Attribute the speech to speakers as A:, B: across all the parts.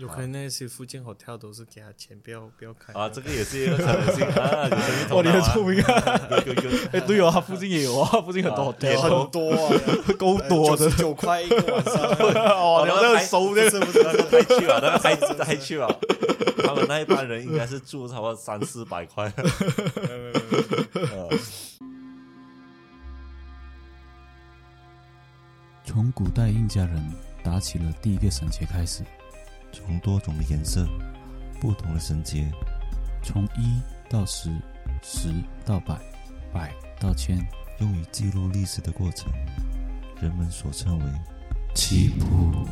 A: 有可能那些附近 hotel 都是给他钱，不要不要开
B: 啊，这个也是一个可能性啊，有生意 头
C: 哦，你
B: 脑
C: 很
B: 啊
C: 聪明啊！
B: 有有有，
C: 哎， 对哦， 它附近也有啊，附近很多
B: 也
C: 店，
B: 多
A: 很多啊，
C: 够多的。
A: 九块一个晚上，啊
C: 哦，你们在收
B: 收
C: 这
B: 这
C: 个，
B: 个，那个太去啊了，那个太太去了。啊他们那一帮人应该是住差不多三四百块。
A: 没有没有没有没有
D: 从古代印加人打起了第一个绳结开始，
E: 从多种的颜色、不同的绳结、
D: 从一到十，十到百，百到千，
E: 用于记录历史的过程，人们所称为
D: 棋谱。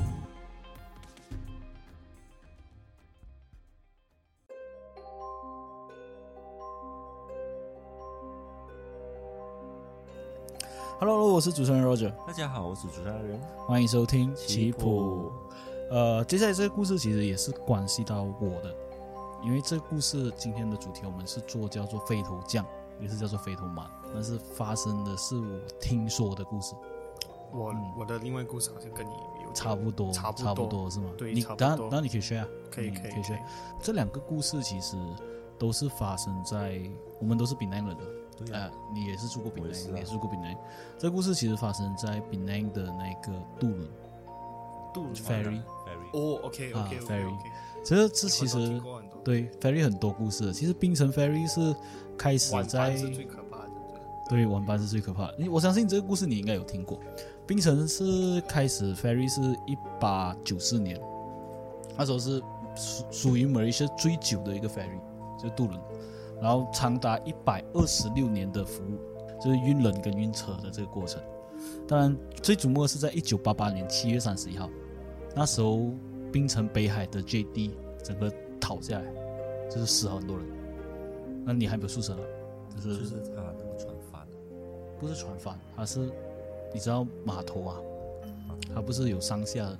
C: Hello，我是主持人 Roger，
B: 大家好，我是主持人
C: 欢迎收听棋谱。。呃，接下来这个故事其实也是关系到我的，因为这个故事今天的主题我们是做叫做飞头降，也是叫做飞头蛮，但是发生的是我听说的故事，
A: 我
C: 嗯
A: 我的另外故事好像跟你有
C: 差不多，
A: 嗯差不
C: 不
A: 多
C: 是吗？
A: 对
C: 你
A: 差不
C: 当然
A: 多
C: 当然你可以 share，啊
A: 可以
C: 嗯
A: 可以
C: 可以
A: 可以
C: share。这两个故事其实都是发生在我们都是槟榔人的，
B: 对
C: 啊、
B: 啊，
C: 你也是住过槟
B: 我也
C: 榔，
B: 是啊
C: 你也是住过槟榔。这故事其实发生在槟榔的那个渡轮
A: 渡轮
C: ferry，
A: 哦，OK
C: 啊
A: OK OK
C: ，ferry
A: OK，
C: 其实这其
A: 我都
C: 实
A: 听过很多
C: 对 ferry 很多故事的。其实冰城 ferry 是开始
A: 晚
C: 在
A: 班是最可怕的，对
C: 对晚班是最可怕的。你我相信这个故事你应该有听过。冰城是开始 ferry 是一八九四年，那时候是属属于马来西亚最久的一个 ferry，就是渡轮，然后长达一百二十六年的服务，就是运人跟运车的这个过程。当然，最瞩目的是在一九八八年七月三十一号，那时候槟城北海的 JD 整个倒下来，就是死了很多人。那你还没有宿舍啊了，就是
B: 就是他那个船翻了，
C: 不是船帆，它是你知道码头啊，它不是有上下的，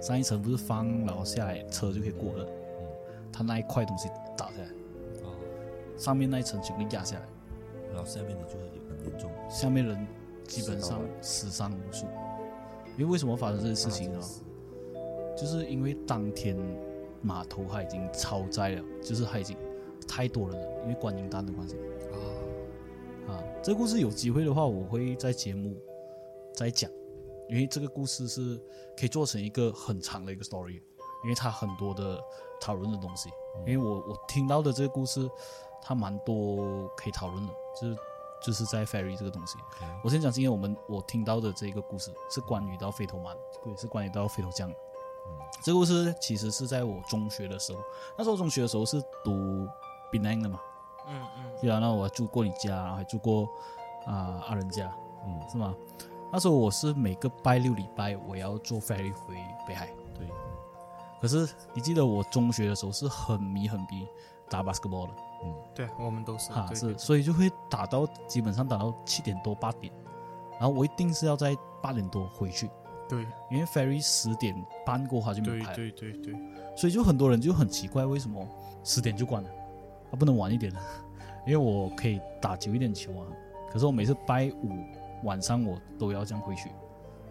C: 上一层不是翻，然后下来车就可以过了，它那一块东西打下来，
B: 啊，
C: 上面那一层整个压下来，
B: 然后下面的就很严重，
C: 下面人基本
B: 死到
C: 上
B: 完
C: 死伤无数。因为为什么发生哦这个事情呢？就是因为当天码头它已经超载了，就是它已经太多人了，因为观音诞的关系。啊，这个故事有机会的话，我会在节目再讲，因为这个故事是可以做成一个很长的一个 story，因为它很多的讨论的东西。因为我我听到的这个故事，它蛮多可以讨论的，就是就是在 ferry 这个东西。我先讲今天我们我听到的这个故事是关于到飞头蛮，对，是关于到飞头匠。
A: 嗯
C: 这个故事其实是在我中学的时候，那时候中学的时候是读槟榔的嘛，
A: 嗯嗯，
C: 对啊，那我住过你家，然后还住过啊、阿仁家，嗯，是吗？那时候我是每个拜六礼拜我要坐 ferry 回北海，
B: 啊
C: 对。可是你记得我中学的时候是很迷很迷打 basketball 的，
A: 对，我们都是
C: 哈，
A: 对
C: 是，
A: 对
C: 所以就会打到基本上打到七点多八点，然后我一定是要在八点多回去，
A: 对
C: 因为 ferry 十点半过后它就没有开了，
A: 对对对对，
C: 所以就很多人就很奇怪，为什么十点就关了，啊不能晚一点呢？ 因为我可以打久一点球啊。可是我每次拜五晚上我都要这样回去，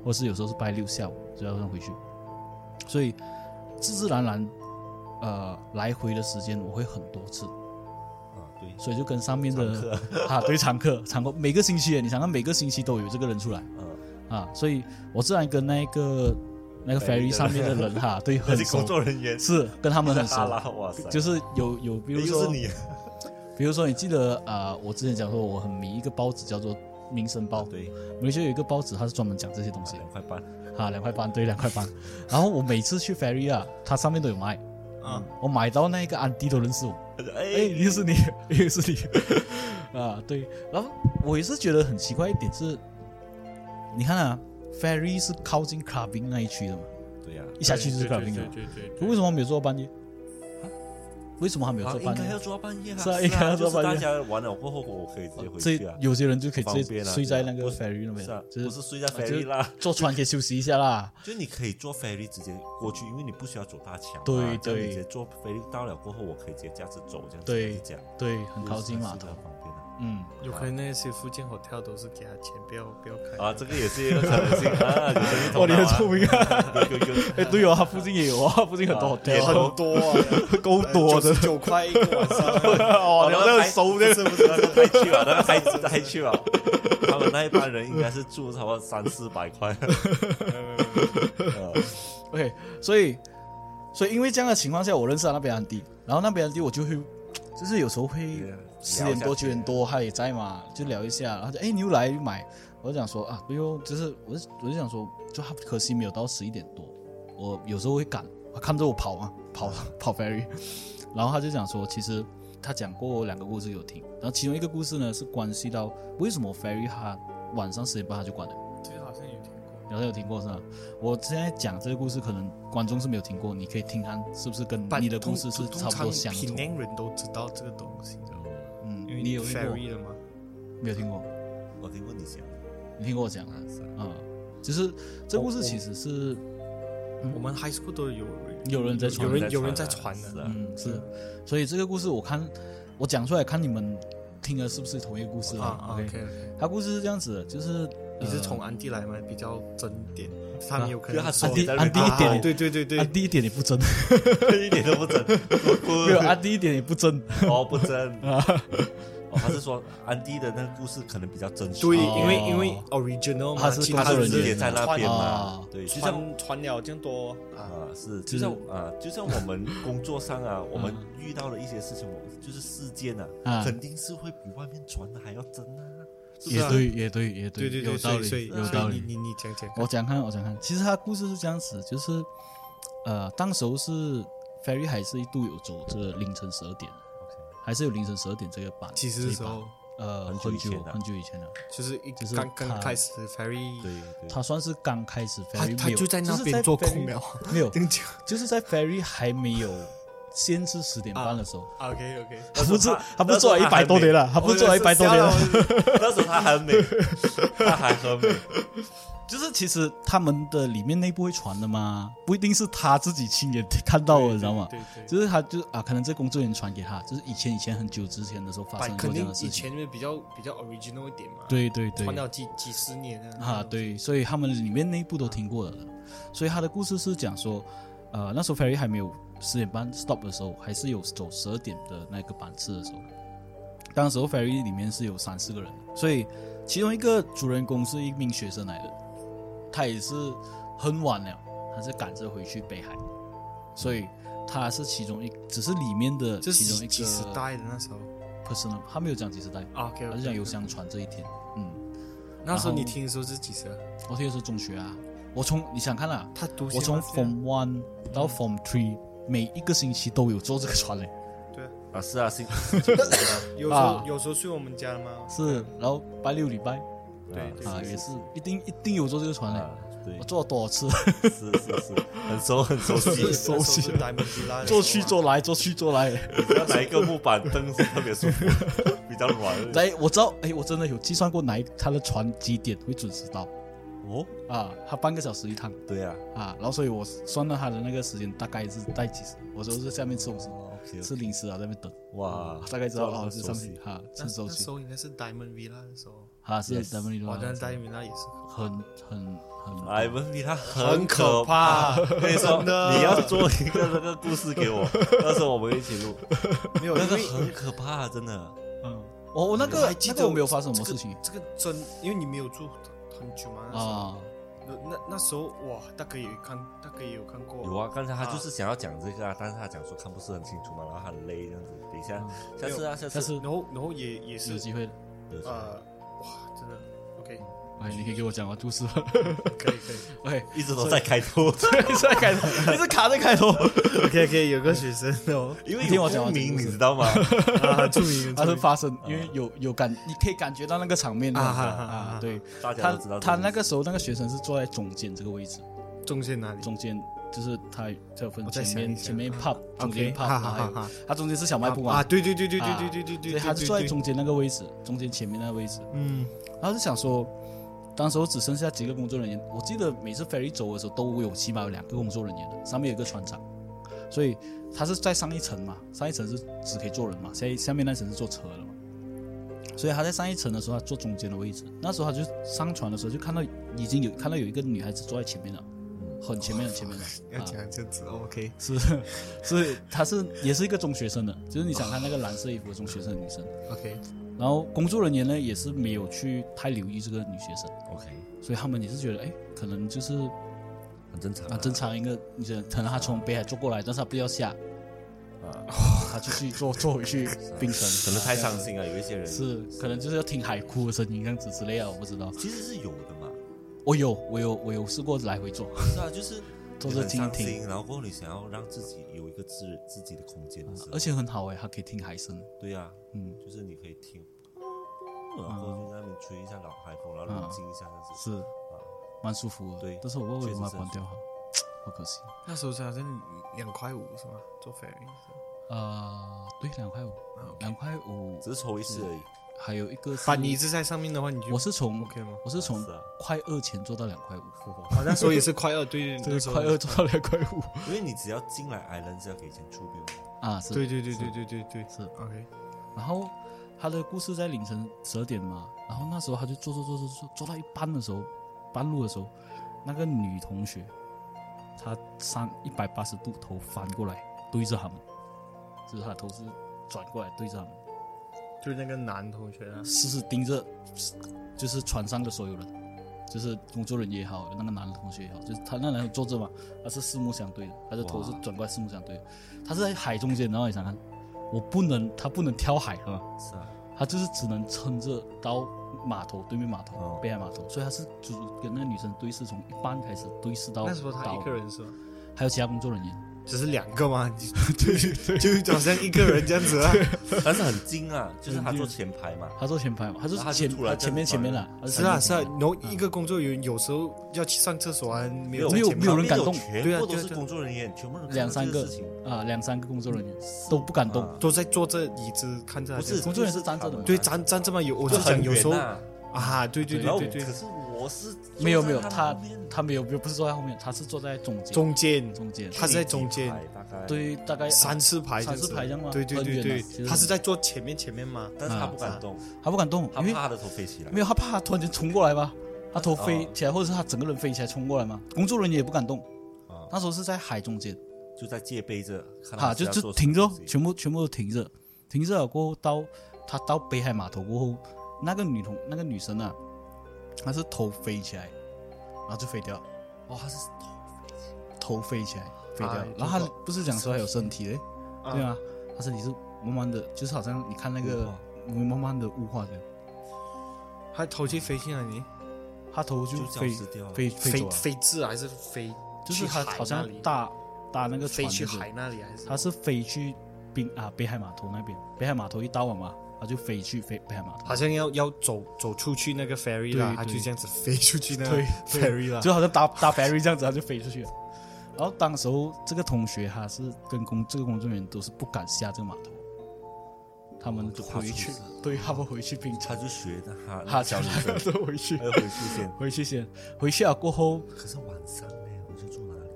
C: 或是有时候是拜六下午就要这样回去，所以自自然然，呃，来回的时间我会很多次，
B: 啊，对，
C: 所以就跟上面的 啊对常客常客每个星期耶，你想看每个星期都有这个人出来
B: 嗯，
C: 啊，所以我自然跟那一个那个
B: 哎
C: ferry 上面的人哈，对，
B: 而
C: 很
B: 且
C: 熟
B: 工，作人员
C: 是跟他
B: 他
C: 们很熟
B: 哈。拉，哇塞，
C: 就是有有，比
B: 比
C: 如
B: 如
C: 说
B: 哎是，你，
C: 比如说你记得啊、呃我之前讲说我很迷一个报纸叫做《民生报》，
B: 对，
C: 美就有一个报纸，它是专门讲这些东西
B: 两块半，
C: 啊，两块半，对，两块半。 然后我每次去 Ferry 啊，它上面都有卖，
A: 嗯，
C: 我买到那个安迪都认识我，哎，
B: 哎，
C: 又是你， 又是你， 啊，对。然后我也是觉得很奇怪一点是，你看啊，Ferry 是靠近 clubbing 那一区的嘛，
B: 对呀，
C: 一下去就是
A: 对对
C: clubbing 的嘛，
A: 对对对啊
C: 为什么没有做到半夜？为什么还没有
B: 啊
C: 做
B: 应
C: 半
B: 该
C: 夜
B: 要？做到半夜啊，
C: 是啊
B: 啊，
C: 应该要
B: 就
C: 做到
B: 是
C: 半夜
B: 大家完了过后，我可以直接回
C: 这
B: 去啊，
C: 有些人就可以直
B: 方
C: 接
B: 便啊
C: 睡在那
B: 对
C: 个
B: 啊
C: ferry 那
B: 是啊
C: 边，，就
B: 不是
C: 是
B: 睡在
C: 啊就是
B: ferry 啦。
C: 坐船可以休息一下啦。
B: 就你可以坐 ferry 直接过去，因为你不需要走大桥嘛，
C: 对
B: 这样
C: 对
B: 你直接坐 ferry 到了过后，我可以直接驾驶走这样子
C: 对
B: 回家，
C: 对，很靠近码
B: 就是
C: 头
B: 很。方便的。
C: 嗯，
A: 有可能那些附近 hotel 都是给他钱，不要不要开
B: 啊，这个也是一个可能性啊。有生意头脑啊
C: 明啊！
B: 有有有
C: 哎，对哦，它附近也有啊，附近很多
B: 啊
C: hotel，
A: 很多啊，
C: 够多的。
A: 九块一个晚上，
C: 哦，聊到熟的，
B: 是不是？那个 太去了，那个太太去了。他们那一帮人应该是住差不多三四百块。啊
C: OK，所以所以因为这样的情况下，我认识了那边安迪，然后那边安迪我就会，就是有时候会十点多九点，多他也在嘛，就聊一下，然后就哎你又来买，我就想说啊不用，就是我就我就想说，就他可惜没有到十一点多，我有时候会赶，他看着我跑嘛，跑 跑 ferry，然后他就讲说，其实他讲过两个故事有听，然后其中一个故事呢是关系到为什么 ferry 他晚上十点半他就关了。
A: 这个好像有听过，
C: 有有听过是吧？我现在讲这个故事，可能观众是没有听过，你可以听看是不是跟你的故事是差不多相
A: 平
C: 同。
A: 南人都知道这个东西的，
B: 哦
C: 嗯，
A: 因为
C: 你有听过
A: ferry 的嘛，
C: 没有听过？
B: 我听过你讲
C: 你听过我讲啊？
B: 是
C: 啊，就是这
A: 哦
C: 故事其实是
A: 我们 high school 都有
C: 有人在传
A: 有人有人在
B: 传
A: 传
B: 的
A: 的
B: 是，啊
C: 嗯是，所以这个故事我看我讲出来看你们听的是不是同一个故事
A: 啊啊
C: 嗯 OK，
A: ，OK，
C: 他故事是这样子的，就是
A: 你是
C: 呃
A: 从安迪来吗？比较真一点，他们有可
B: 因为
A: 能
B: 他
A: 说
B: 自己在那
C: 安
B: 边
C: 迪
B: 打
C: 一点
A: 啊对对对对
C: 啊，第一点也不真，
B: 一点都不真，
C: 没有啊啊，第一点也 不真，
B: 哦不真。哦，他是说安迪的那个故事可能比较真实，
A: 对，
C: 哦
A: 因为因为 original
C: 他
A: 嘛，
C: 是
A: 其
C: 多
A: 他
C: 数
B: 是
C: 人
A: 人
B: 自己
C: 也
B: 也在那边嘛
C: 哦，
B: 对，就像
A: 传传了这样多啊，
B: 啊，是，
C: 就嗯
B: 就是像啊，就像我们工作上啊，我们遇到的一些事情，我就是事件
C: 啊
B: 啊，肯定是会比外面传的还要真啊，是不
C: 也
B: 是啊？
C: 对，也对，也
A: 对对
C: 有
A: 对，
C: 道
A: 所以
C: 理
A: 所以，
C: 有
A: 所以
C: 道理。
A: 你你你讲讲看，
C: 我讲看，我讲看。其实他故事是这样子，就是呃，当时候是 ferry 还是一度有走这个凌晨十二点，还是有凌晨十二点这个班。
A: 其实
C: 这
A: 的
C: 一
A: 时
C: 班
A: 候
C: 呃
B: 很久
C: 很
B: 以前
C: 久
B: 了
C: 很久以前了，
A: 就是一
C: 就是
A: 刚刚
C: 他
A: 开始 ferry，
B: 对对，
C: 他算是刚开始
A: 他
C: ferry
A: 他
C: 没有
A: 就在那
C: 就是
A: 边做空
C: ferry
A: 了，
C: 没有，
A: 这样讲
C: 就是在 ferry 还没有限制十点半的时候，
A: ，OK OK，
C: 他不是
B: 那时候
C: 他不是做了一
B: 那时候他还
C: 百多年了，
B: 没
C: 他不是做了一百多年了。
B: 那时候他还美，他还很美，
C: 就是其实他们的里面内部会传的嘛，不一定是他自己亲眼看到的，你知道吗？
A: 对对对，
C: 就是他就啊，可能这工作人员传给他，就是以前以前很久之前的时候发
A: 百
C: 生过
A: 肯
C: 这样
A: 定
C: 的事
A: 以
C: 情。
A: 前面比较比较 original 一点嘛，，
C: 对对对
A: 传，了几几十年了
C: 啊，对，所以他们里面内部都听过了的。所以他的故事是讲说，呃，那时候 ferry 还没有十点半 stop 的时候，还是有走十二点的那个班次的时候，当时候 ferry 里面是有三四个人，所以其中一个主人公是一名学生来的，他也是很晚了，他是赶着回去北海，所以他是其中一，只是里面的
A: 这
C: 其中
A: 是
C: 一
A: 几十
C: 个
A: 代的那时候
C: personal，他没有讲几时代，
A: ，OK，
C: 他是讲有相传这一天，嗯。
A: 那时候
C: 然
A: 你
C: 后
A: 听的时候是几十啊？
C: 我听的是中学啊，我从你想看啊，
A: 他读
C: 我
A: 写吗
C: 从 Form One 到 Form Three，每一个星期都有坐这个船嘞，
A: 对啊，
B: 啊是啊是啊，
A: 有时
C: 啊
A: 候有时候睡我们家 吗？
C: 是，然后拜六礼拜
A: 对对
C: 啊也是一定一定有坐这个船嘞
B: 啊，对
C: 我，坐了多少 次，
B: 是是是，很熟很熟悉
A: 那，时候
C: 熟悉
A: 是 Diamond Villa 的时候啊
C: 坐去坐来，坐去坐 来，
B: 哪一个木 板凳是特别舒服，比较软
C: 来我知道，哎，我真的有计算过哪一他的船几点会准时到
B: 哦，
C: 啊，他半个小时一趟
B: 对啊
C: 啊，然后所以我算了他的那个时间大概是在几时，我都是下面吃东西，
B: 哦，OK，
C: 吃零食啊，在那边等，
B: 哇，
C: 大概知道
B: 这
C: 哦
B: 么
C: 是
B: 熟
C: 上
B: 悉
C: 面哈
A: 那
C: 是周
A: 那
C: 期
A: 时。候应该是 Diamond Villa 的时候，
C: 啊，是
B: Yes
C: W
A: 哇，但 Diamond Villa 也是
C: 很很很
B: 哎，文笔他
A: 很可
B: 可
A: 怕，
B: 跟你说，
A: 真的
B: 你要做一个那个故事给 我，到时候我们一起录。
A: 没有
B: 那个
A: 因为
B: 很可怕，啊真的。
C: 嗯，我我那
A: 我
C: 个
A: 还记
C: 那
A: 得
C: 个我没有发生什么
A: 这
C: 事
A: 个
C: 情
A: 这个真，因为你没有住很久嘛。那时候
C: 啊，
A: 那那那时候哇，大哥也看，大哥也有看过。
B: 有啊，刚才他就是想要讲这个啊，但是他讲说看不是很清楚嘛，然后很累这样子。等一下，下次啊，下
C: 嗯下
B: 次
C: 次
A: 然后然后也也
C: 有
A: 是
C: 机会，
B: 有时候
A: 呃，哇，真的 OK，
C: 哎，你可以给我讲个故事吗
A: 可以可以。
C: ？OK，
B: 一直都在开 拓，
C: 现在开头，你是卡在开头。
A: OK OK，有个学生哦，
B: 因为
C: 听我
B: 有
C: 讲
B: 共
C: 完这个
B: 鸣，
C: 故事
B: 你知道 吗？
A: 啊，注意，
C: 它
A: 注意
C: 是发生，因为有有感，你可以感觉到那个场面的
A: 啊哈哈
C: 啊
A: 哈，
C: 对，
B: 大家
C: 他
B: 都知道这个故事。
C: 他那个时候那个学生是坐在中间这个位置，
A: 中线哪里？
C: 中间就是他这分
A: 我再
C: 前
A: 想一
C: 面
A: 想
C: 前面
A: 啊
C: pub，中间
A: OK，
C: pub，
A: 哈哈
C: 然后还
A: 哈
C: 有
A: 哈
C: 他中间是小卖部
A: 啊，
C: 嘛，
A: 对对对对对
C: 啊
A: 对对对对，
C: 所以他
A: 对
C: 就坐在，
A: 对
C: 中间那个位置，中间前面那个位置。
A: 嗯，
C: 然后就想说，当时候只剩下几个工作人员，我记得每次 ferry 走的时候都有起码有两个工作人员的，上面有一个船长，所以他是在上一层嘛，上一层是只可以坐人嘛，下一下面那层是坐车的嘛。所以他在上一层的时候，他坐中间的位置。那时候他就上船的时候，就看到已经有看到有一个女孩子坐在前面了，很前面很前面的
A: 要
C: 啊，
A: 讲这样子，OK，哦
C: 是， 所以她是也是一个中学生的，就是你想看那个蓝色衣服的中学生的女生。
A: OK，
C: 然后工作人员呢也是没有去太留意这个女学生，
B: OK，
C: 所以他们也是觉得，哎，可能就是
B: 很正常
C: 啊，正常一个女生，可能她从北海坐过来，但是她不要下，
B: 啊，
C: 她就去坐坐回去冰城，
B: 可能太
C: 啊
B: 伤心了，有一些人
C: 是，可能就是要听海哭的声音这样子之类的，啊我不知道。
B: 其实是有的嘛，
C: 我有，我有，我有试过来回坐，
B: 是啊，就是
C: 坐
B: 你
C: 着
B: 很
C: 听
B: 伤
C: 听，
B: 心，然后过后你想要让自己有一个自自己的空间啊的时候，
C: 而且很好哎，还可以听海声，
B: 对呀、啊，
C: 嗯，
B: 就是你可以听，然后就在那边吹一下老海风，然后
C: 嗯
B: 冷静一下这样子。
C: 是
B: 啊，
C: 蛮舒服的。
B: 对
C: 但是我忘了
B: 确
C: 我
B: 实
C: 把
B: 是
C: 它关
B: 很
C: 掉
B: 舒
C: 哈，好可惜。
A: 那时候是好像两块五是吗？坐 ferry 是吗
C: 呃，对，两块五，两块五，
B: 只是抽一次而已。
C: 还有一个是
A: 反正你一直在上面的话，你就
C: 我是从
A: OK 吗？
C: 我是从
B: 是啊
C: 块二钱做到两块五，
A: 好像所以是快二，对对，
C: 对
A: 那，时候
C: 块二做到两块五
B: 因为你只要进来 island 是要给钱出兵，
C: 啊，是
A: 对对对对对对对
C: 是。
A: ，OK，
C: 然后他的故事在凌晨十二点嘛，然后那时候他就做做做做做做到一半的时候，半路的时候，那个女同学，她三一百八十度头翻过来对着他们，就是她的头是转过来对着他们，
A: 就那个男同学啊，
C: 死死盯着，就是船上的所有人。就是工作人员也好，那个男的同学也好，就是他那男的坐着嘛，他是四目相对的，他的头是转过来四目相对的，他是在海中间，然后你想看，我不能，他不能跳海了嘛，
B: 是啊，
C: 他就是只能撑着到码头对面码头、
B: 哦
C: 北海码头，所以他是足足跟那个女生对视，从一半开始对视到
A: 那时候他
C: 到
A: 一个，人是吗？
C: 还有其他工作人员，
A: 只是两个嘛，你 对对，就好像一个人这样子啊。
B: 但是很近啊，就是
C: 嗯
B: 他坐前排嘛，
C: 他坐前排嘛，他是
B: 然后他就
C: 前
B: 突然
C: 他前面
B: 这
C: 前
B: 样子
C: 面啦，他
A: 是啊是
C: 前
A: 啊，
C: 面
A: 然后一个工作人员有时候要去上厕所啊，没有
C: 没有
A: 在前
C: 没
A: 面
C: 有人敢动
B: 旁边有
A: 对啊对
B: 全部都
A: 啊
B: 是
A: 对啊
B: 工作人员，全部人看到
C: 两三
B: 这
C: 个
B: 事情
C: 啊两三个工作人员都不敢动，
B: 啊
A: 都在坐这椅子看着他
B: 不
A: 这样
B: 是
A: 子，
C: 工作人员是站着的嘛
A: 对站站这么有，我
B: 就是很
A: 想有
B: 远
A: 时候
B: 啊
A: 啊，对对
B: 然
A: 对
B: 后
A: 对对
B: 可，是我是
C: 没有没有
B: 坐在
C: 他
B: 旁边
C: 他没有没有不是坐在后面，他是坐在中间
A: 中间
C: 中间，
A: 他是在中间
B: 几排大概，
C: 对大概
A: 三四排这样
C: 三
A: 子，
C: 四排这样吗？
A: 对对
C: 很
A: 对
C: 远啊
A: 对
C: 其实，
A: 他是在坐前面前面嘛，
B: 但是他不
C: 啊
B: 敢动，
C: 他不敢动，
B: 他
C: 因为
B: 怕他的头飞起来
C: 没。有，他怕他突然间冲过来吧，他头飞
B: 哦
C: 起来，或者是他整个人飞起来冲过来嘛。工作人员也不敢动
B: 哦，
C: 那时候是在海中间，
B: 就在戒备着，看
C: 哈，
B: 他
C: 就
B: 要
C: 就
B: 做什
C: 停着
B: 么东，
C: 哦
B: 西
C: 全部全部都停着，停着了过后到他到北海码头过后，那个女同那个女生啊，她是头飞起来，然后就飞掉，
B: 哦，他是头
C: 头飞起来飞掉，
A: 哎
C: 然后她
A: 这个
C: 不是讲说还有身体嘞，对啊，她身体是慢慢的，就是好像你看那
B: 雾
C: 个
B: 化
C: 慢慢的雾化的，
A: 他头去飞进来你，
C: 她头就
B: 就消
C: 飞
B: 失掉了
C: 飞
A: 飞
C: 走了，
A: 飞至啊还是飞
C: 就是
A: 去
C: 她
A: 海
C: 好像
A: 那里
C: 搭搭那个
A: 飞
C: 船
A: 去
C: 那个
A: 海那里还是
C: 他是飞去滨啊北海码头那边，北海码头一到了嘛，他就飞去飞北海码头，
A: 好像要要走走出去那个 ferry 啦
C: 对，
A: 他就
C: 对
A: 这样子飞出去那个
C: 对
A: ferry 啦，
C: 就好像搭搭 ferry 这样子，他就飞出去了。然后当时候这个同学他是跟工这个工作人员都是不敢下这个码头，他们
B: 就怕
C: 回去
B: 出事，
C: 对他们回去冰
B: 他
C: 川，
B: 就学他
C: 他
B: 那小 女生，
C: 都回去
B: 还要回去 先。
C: 呃回去先回去了啊过后，
B: 可是晚上呢，我就住哪里？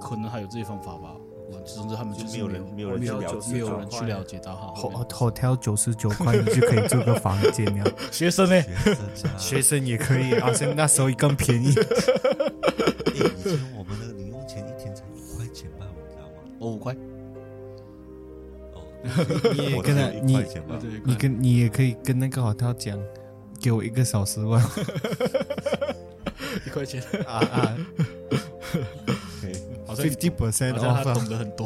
C: 可能还有这些方法吧，我总之他们
B: 就
C: 就是
B: 没有人，没有人
A: 没
B: 去
A: 有
B: 了
A: 酒
B: 解，
C: 没有人去了解到他后面
F: hotel 九十九块你就可以住个房间了，
C: 学生呢，
F: 学生也可
C: 啊
F: 以，而且那时候更便宜。
B: 哎以前我们的零用钱一天才一块钱吧，你知道吗？
C: 我五块，
B: 啊哦，
F: 你也
B: 我
F: 跟
B: 只
F: 他
B: 有一
F: 你
B: 块钱吧
C: 啊，对，
F: 你跟你也可以跟那个 hotel 讲，给我一个小时 吧。
C: 一 块钱，
F: 啊啊
B: 对
C: 好像
F: ，fifty percent
C: 好像他
F: off
C: 懂得很 多。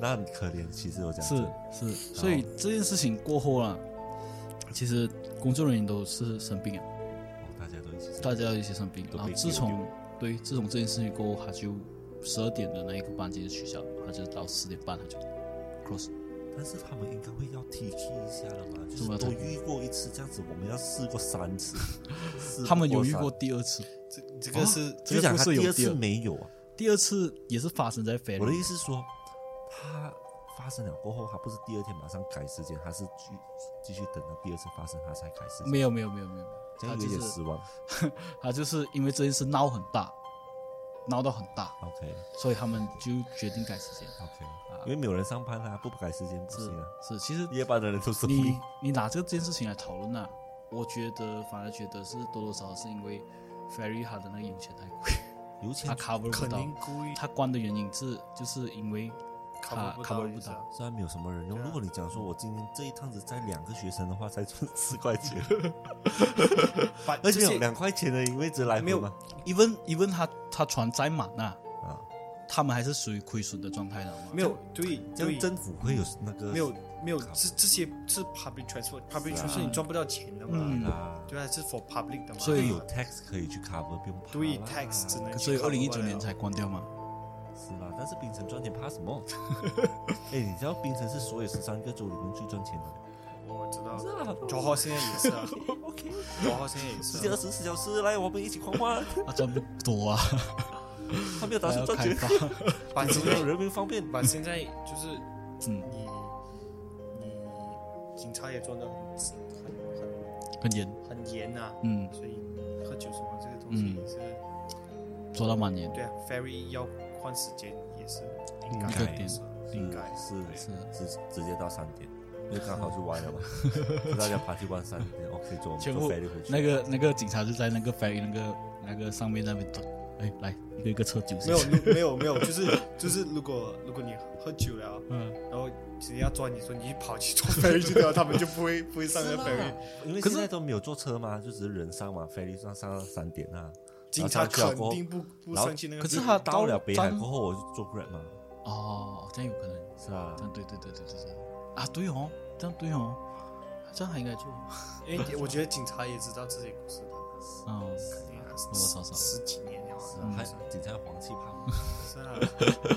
B: 那很可怜。其实我讲真
C: 是是，所以这件事情过后啊，其实工作人员都是生病了，啊
B: 哦大家都一起生
C: 大家一起生病。
B: 都
C: 然后
B: 被
C: 自
B: 丢
C: 从对自从这件事情过后，他就十二点的那一个班级就取消了，他就到四点半他就 close。
B: 但是他们应该会要 T K 一下了嘛，就
C: 怎么
B: 是都遇过一次这样子，我们要试过三 次，试
C: 他们有遇
B: 三哦
C: 过，第二次，
A: 这这个是
B: 就讲他
C: 这个故事
B: 第二
C: 有第二
B: 次没有啊。
C: 第二次也是发生在 f a
B: 我
C: i
B: 的意思是说，他发生了过后，他不是第二天马上改时间，他是继继续等到第二次发生，他才改时间，
C: 没有没有没有没有，
B: 这
C: 他
B: 样
C: 就
B: 有点
C: 是
B: 失望。
C: 他就是因为这件事闹很大，闹到很大，
B: OK
C: 所以他们就决定改时间。
B: OK，因为没有人上班啊，不改时间不
C: 是
B: 行啊，
C: 是，其实
B: 夜班的人都是
C: 你你拿这件事情来讨论啊，我觉得反而觉得是多多少少是因为 Ferry 他的那个油钱太贵，
B: 油
C: 他
B: 钱
C: cover 不
A: 肯
C: 到
A: 定，故意
C: 他关的原因是就是因为他
A: cover 不到
C: cover 不
A: 意思啊
C: 到，
B: 虽然没有什么人用。
A: 对啊
B: 如果你讲说我今天这一趟子载两个学生的话，才赚四块 钱，
A: 把
B: 而
A: 就
B: 且
A: 是
B: 有两块钱的因为只来
A: 没
B: 回
A: 有
B: 嘛，
C: even even 他他船载满啊，
B: 啊，
C: 他们还是属于亏损的状态了嘛。
A: 没有对
B: 这
A: 对
B: 样政府会有那个
A: 没有没有这这些是 public transport，public transport 你赚不到钱的
C: 啊嗯
A: 嘛，
B: 啊，
A: 对啊，是 for public 的嘛，
C: 所以
B: 有 tax 可以去 cover，不用怕
A: 对
B: 啦
A: tax 只能去
C: 所以
A: cover
C: 二零一九年
A: 了
C: 才关掉嘛。
B: 是啦，但是槟城赚钱怕什 么？哎，你知道槟城是所有十三个州里面最赚钱的，
A: 我知道，
B: 啊
A: 九号现在也是啊，
B: ，OK，
A: 九号现在也
B: 世界
A: 是
B: 二
A: 啊，
B: 十四小时来，我们一起狂欢，
C: 他赚不多啊，
B: 他没有打
C: 还
B: 算
C: 要
B: 赚
C: 开
B: 钱，
C: 发。
A: 把现
B: 让
A: 在
B: 人民方便。
A: 把现在就是
C: 嗯，
A: 你你警察也做的很很
C: 很严，
A: 很很严呐、啊，
C: 嗯，
A: 所以喝酒什么这个东西
C: 嗯
A: 是、
C: 做到蛮严。
A: 对啊，ferry 要换时间也是应该
C: 应该
A: 的事应该
B: 是
C: 是
B: 是直直接到三点，因为刚好就完了 嘛，就大家 party 完三点，OK，坐我
C: 全
B: 们坐
C: 部
B: 飞机回去。
C: 那个那个警察就在那个 ferry 那个那个上面那边等，哎，来一个一个车酒
A: 没有如没有没有，就是就是如果如果你喝酒了，
C: 嗯，
A: 然后人要抓你说你跑去坐 ferry 去掉，他们就不会不会上那
B: 是
A: 个
B: 啦
A: ferry，
B: 因为现在都没有坐车嘛，就只是人上嘛，飞机上上到三点啊。
A: 警察
B: 然后上去了
A: 肯
B: 过后
A: 定不不
B: 然后
A: 上去那个 ferry。
C: 可是他
B: 到了
C: 到
B: 北海
C: 站
B: 过后，我就坐 Grab 嘛，
C: 哦，这样有可能，
B: 是啊
C: 这，样对对对对对对，啊对哦，这样对哦，这样还应该做，
A: 因为我觉得警察也知道这些故事的，
C: 哦，
A: 肯定啊，
C: 多少少嗯
A: 十几年了啊，
B: 是啊，还警察黄气泡，
A: 是啊，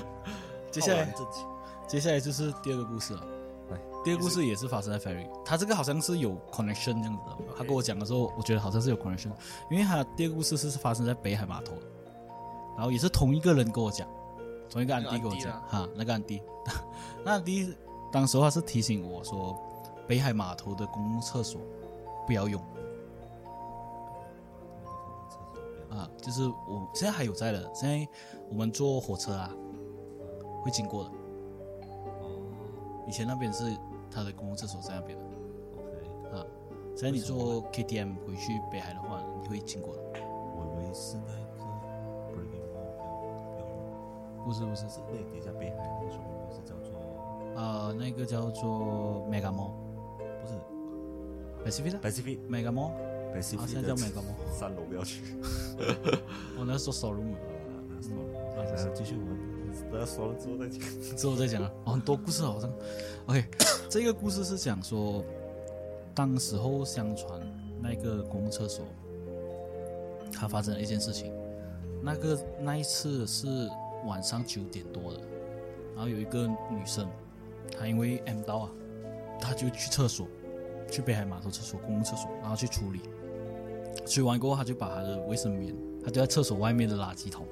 C: 接下来
B: 好玩正经
C: 接下来就是第二个故事了
B: 来。
C: 第二个故事也是发生在 ferry，他这个好像是有 connection 这样子的。他跟我讲的时候，我觉得好像是有 connection，因为他第二个故事是发生在北海码头的，然后也是同一个人跟我讲，同一个安迪跟啊我讲，哈，那个安迪， 那安迪当时他是提醒我说，北海码头的公共厕所不要用啊，就是我现在还有在的，现在我们坐火车啊会经过的，以前那边是他的公共厕所在那边的。
B: OK，
C: 啊，只要你坐 KTM 回去北海的话，你会经过的。
B: 我以为是那个 Breaking Wall，不要不要用
C: 不是不是，
B: 是那底下北海那个水平是叫做
C: 呃，那个叫做 Mega Mall
B: 不是
C: Pacific 的
B: Pacific
C: Mega Mall，啊，现
B: Pacific
C: 在叫
B: 的
C: Mega Mall。
B: 三楼不要去。
C: 我哦那时候 showroom
B: 啊那 story，然后继续我们那 story 之后再讲。
C: 之后再讲啊，哦，很多故事好像。OK，这 个故事是讲说，当时候相传那个公共厕所，它发生了一件事情。那个那一次是晚上九点多的，然后有一个女生，她因为 M 到啊，她就去厕所，去北海码头厕所公共厕所，然后去处理。处理完过后，她就把她的卫生棉，她丢在厕所外面的垃圾桶。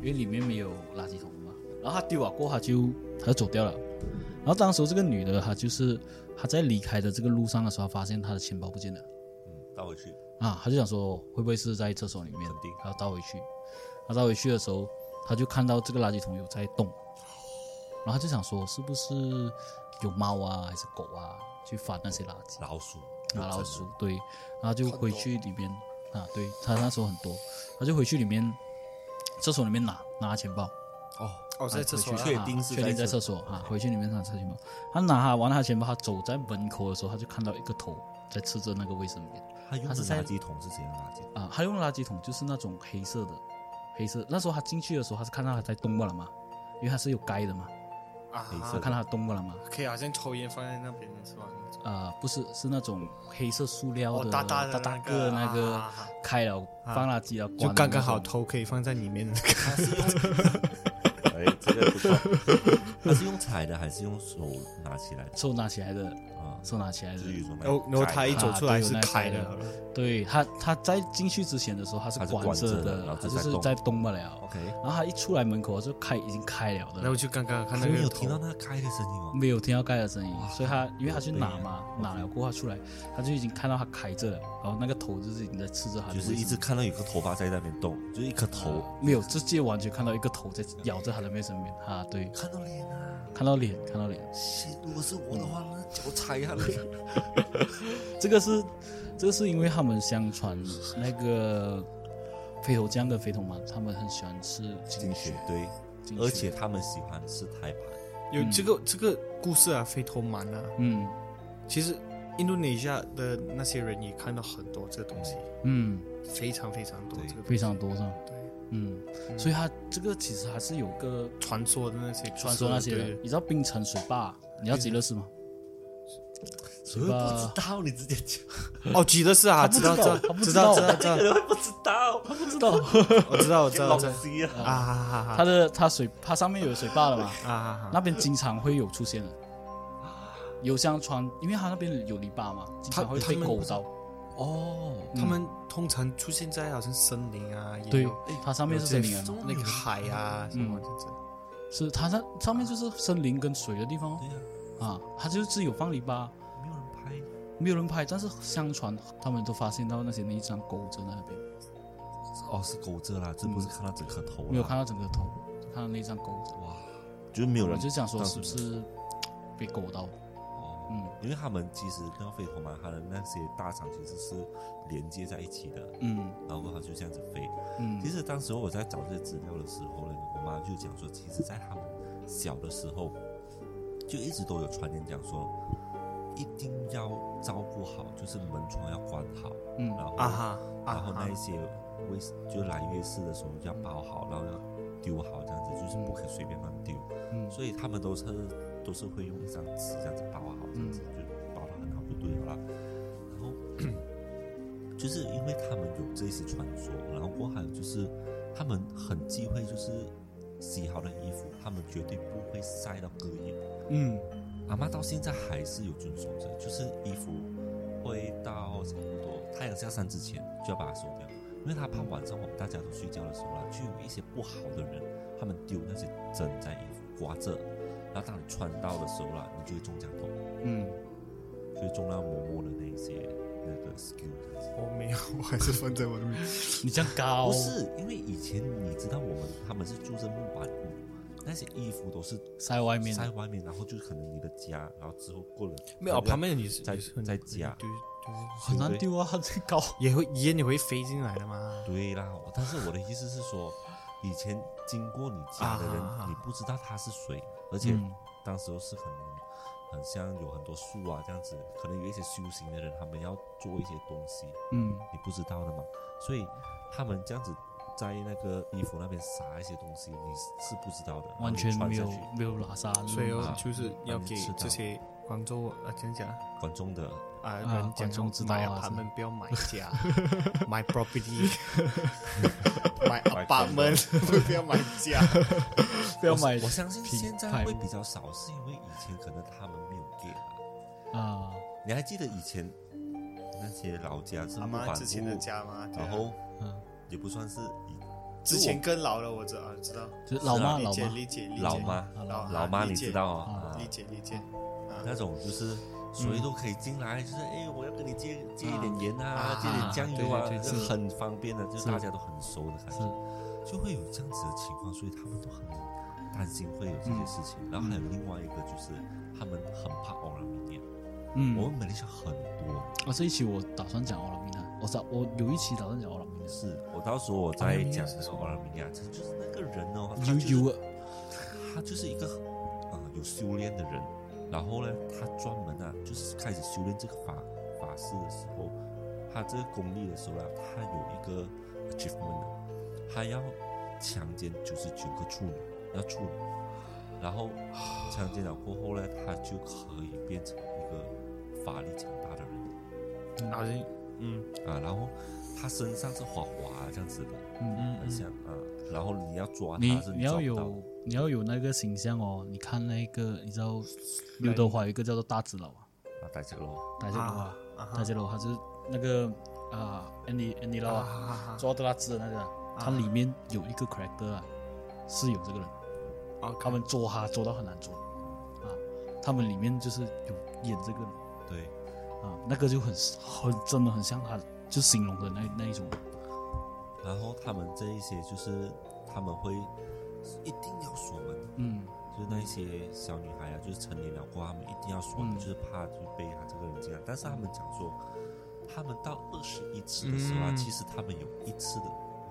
C: 因为里面没有垃圾桶嘛。然后他丢了啊过后，他就他就走掉了。然后当时这个女的，她就是她在离开的这个路上的时候，发现她的钱包不见了
B: 嗯，倒回去，
C: 啊，她就想说会不会是在厕所里面
B: 肯定，
C: 然后倒回去。她倒回去的时候，她就看到这个垃圾桶有在动，然后她就想说是不是有猫啊还是狗啊去翻那些垃圾。
B: 老鼠，
C: 拿老鼠，对，然后就回去里面啊，对他那时候很多，他就回去里面厕所里面拿拿钱包，
A: 哦，在厕所啊
C: 啊
B: 确定是
C: 确定在
B: 在
C: 厕
B: 厕
C: 所啊，回去里面拿钱包，他拿他完了他钱包，他走在门口的时候，他就看到一个头在吃着那个卫生棉
B: 他用
C: 它
B: 的
C: 是在
B: 垃圾桶是怎样的垃圾？
C: 啊，他用垃圾桶就是那种黑色的，黑色，那时候他进去的时候，他是看到他在动过了嘛，因为他是有盖的嘛，
B: 黑
A: 啊
B: 色
C: 他看到他动过了嘛，
A: 可以好像抽烟放在那边是吧？
C: 啊，不是，是那种黑色塑料
A: 哦
C: 的，
A: 大大的
C: 大
A: 那
C: 个
A: 个
C: 那个
A: 啊啊啊
C: 开了放垃圾了，啊
F: 就
C: 关的
F: 刚刚
C: 那
F: 好
C: 种
F: 头可以放在里面的那个。
B: 哎，这个不错。他是用茶开的还是用手拿起来的
C: 手拿起来的，
B: 啊？
C: 手拿起来的
B: 就，有一种那
A: 然后然后他一
C: 啊
A: 走出来
C: 对
A: 是
C: 有那一
A: 开
C: 台
A: 的
C: 的，对他他在进去之前的时候，他是
B: 他是
C: 关
B: 关着
C: 着
B: 的然后就
C: 他就
B: 在
C: 是
B: 动
C: 在动不了。
B: OK，
C: 然后他一出来门口就开已经开了
F: 然后
C: 的，
F: 就刚刚看
B: 你
F: 那个
B: 们有
F: 头
B: 听到那开的声音吗？
C: 没有听到盖的声音
B: 哇，
C: 所以他因为他去拿
B: 有病
C: 嘛
B: 啊，
C: 拿了过后他出来，他就已经看到他开着了，然后那个头就是已经在吃着他的
B: 就
C: 胃什么的，
B: 是一直看到有个头发在那边动，就是一颗头，
C: 没有直接完全看到一个头在咬着他的妹身边啊，对，
B: 看到脸啊！
C: 看到脸，看到脸，
B: shit，如果是我的话，那脚踩啊一下脸。
C: 这个是，这是因为他们相传那个肥头姜跟肥头嘛，他们很喜欢吃金
B: 进去，对，
C: 金
B: 而
C: 桔
B: 且他们喜欢吃胎盘，
A: 有这个这个故事啊，非头蛮啊，
C: 嗯
A: 其实印度尼西亚的那些人也看到很多这个东西，
C: 嗯，
A: 非常非常多
B: 对
A: 这个
C: 非常多是吧？
A: 对
C: 嗯，所以它这个其实还是有个
A: 传说的那些故事
C: 传说那些的
A: 对，
C: 你知道冰城水坝，你要极乐寺吗？
B: 谁会不知道？你直接讲，
A: 哦，记得是啊，
C: 他不
A: 知
C: 知
A: 道
C: 道
A: 知道
C: 他不
A: 知道知道知道，
B: 谁会不知
C: 知道
B: 道？
C: 不知道，
A: 我知道我知道
B: 老
A: 我知道
B: 师啊，
A: 啊哈哈哈
C: 它的它水它上面有水坝了嘛？
A: 啊哈哈，
C: 那边经常会有出现的，有像穿，因为它那边有篱笆嘛，经常会被狗到。
A: 哦，他们通常出现在好像森林啊，也
C: 对
A: 有，
C: 它上面是森林
A: 有
C: 啊
A: 这，些那个海啊什么这样
C: 是它上上面就是森林跟水的地方
B: 对呀，
C: 啊，它就是有放篱笆，
B: 没有人拍。
C: 没有人拍，但是相传他们都发现到那些那一张狗在那边，
B: 哦，是狗这啦，这不是看到整颗头啦
C: 没有看到整个头，就看到那一张狗，
B: 哇，就是没有
C: 我
B: 人
C: 就想说
B: 当
C: 是
B: 时
C: 不是被狗到？
B: 哦，
C: 嗯
B: 因为他们其实跟飞头蛮它的那些大厂其实是连接在一起的，
C: 嗯
B: 然后它就这样子飞。
C: 嗯，
B: 其实当时我在找这些资料的时候呢，我妈就讲说，其实，在他们小的时候，就一直都有传言讲说，一定要照顾好，就是门窗要关好，
C: 嗯
B: 然后、
A: 啊哈，啊
B: 然后那
A: 哈
B: 一，些卫就来月事的时候要包好，然后要丢好，这样子就是不可以随便乱丢。
C: 嗯
B: 所以他们都是都是会用一张纸这样子包好，这样子
A: 嗯
B: 就包的很好就对了啦。然后 就是因为他们有这些传说，然后过后还有就是他们很忌讳就是洗好的衣服，他们绝对不会晒到隔夜。
C: 嗯
B: 阿妈到现在还是有遵守着，就是衣服会到差不多太阳下山之前就要把它收掉，因为她怕晚上我们大家都睡觉的时候啦，就有一些不好的人，他们丢那些针在衣服刮着，然后当你穿到的时候啦，你就会中奖头，
C: 嗯，
B: 就会中到嬷嬷的那一些那个 skill 这样子。
A: 我没有，我还是放在我的面前，
C: 你这样高
B: 不是，因为以前你知道我们他们是住着木板屋，那些衣服都是
C: 塞外面
B: 在外面，然后就可能你的家，然后之后过了
A: 没有，
B: 可能
A: 旁边也是
B: 在
A: 也是很
B: 在家
A: 对对，
C: 很难丢啊，这高。
A: 也会烟也会飞进来的嘛，
B: 对啦，我但是我的意思是说，以前经过你家的人，
A: 啊
B: 你不知道他是谁，而且
C: 嗯
B: 当时候是很很像有很多树啊这样子，可能有一些修行的人，他们要做一些东西，
C: 嗯
B: 你不知道的嘛，所以他们这样子在那个衣服那边撒一些东西，你是不知道的，
C: 完全
B: 然后
C: 没
B: 你
C: 有
B: 穿下去
C: 没有拉萨，
A: 所以哦
B: 啊
A: 就是要给
B: 你知道
A: 这些广州啊，怎样讲啊？
B: 观众的
A: 啊，
C: 啊
A: 人
C: 观
A: 讲
C: 众知道
A: 买
C: 啊
A: apartment 不要买 家，买 property，买
B: 买房子
A: apartment 不要买 家。
C: 不要买
B: 我相信
C: 品
B: 现在
C: 牌
B: 会比较少，是因为以前可能他们没有 g a 啊。
C: 啊，
B: 你还记得以前那些老家是
A: 阿
B: 木
A: 妈
B: 板
A: 之前的
B: 屋，
A: 家嘛，对啊
B: 然后
C: 嗯
B: 也不算是以
A: 之前更老了，我知道，知道。
C: 就是老妈
A: 理
C: 老
A: 解
C: 妈
A: 理解理解
B: 老妈
C: 啊
A: 老
B: 老妈，
A: 理
B: 你
A: 解
B: 知道啊
C: 啊？
A: 理
B: 啊
A: 解理解。
B: 那种就是谁都可以进来，就是哎，我要跟你借借一点盐啊
A: 啊，
B: 借点酱油啊
A: 对，对对
B: 就是很方便的，就是
C: 是
B: 大家都很熟的感觉，就会有这样子的情况，所以他们都很担心会有这些事情。然后还有另外一个就是他们很怕欧拉米亚，我
C: 嗯，
B: 们马来西亚很多，
C: 我这一期我打算讲奥拉米娜，我打我有一期打算讲奥拉米娜，
B: 是我到时候我再讲那个欧拉米亚，这就是那个人哦，他就是
C: 悠悠啊，
B: 他就是一个啊、有修炼的人，然后呢，他专门啊就是开始修炼这个法法师的时候，他这个功力的时候啊，他有一个 achievement，的他要强奸九十九个处女，要处女，然后强奸了过后呢，他就可以变成一个法力强大的人
A: 好像嗯
B: 啊，然后他身上是花滑这样子的，
C: 嗯，
A: 嗯
B: 很像啊，然后你要抓他
C: 你
B: 是
C: 你
B: 抓不到
C: 要有
B: 的
C: 你要有那个形象哦。你看那个，你知道刘德华有一个叫做大只佬啊，
B: 啊，大家咯，
C: 大只佬啊，
A: 嗯
G: 啊哈
C: 大只佬，他就是那个啊，Andy Andy 佬啊，
G: 啊
C: 做德拉兹的那个啊，他里面有一个 character 啊，是有这个人，
G: 啊，
C: 他们捉他捉到很难捉啊，他们里面就是有演这个人
B: 对，
C: 啊，那个就很很真的很像他，就形容的那那一种人。
B: 然后他们这一些就是他们会一定要锁门的，
C: 嗯，
B: 就是那一些小女孩啊，就是成年了过后，他们一定要锁门，
C: 嗯
B: 就是怕就被他这个人进来。但是他们讲说，他们到二十一次的时候啊，
G: 嗯
B: 其实他们有一次的，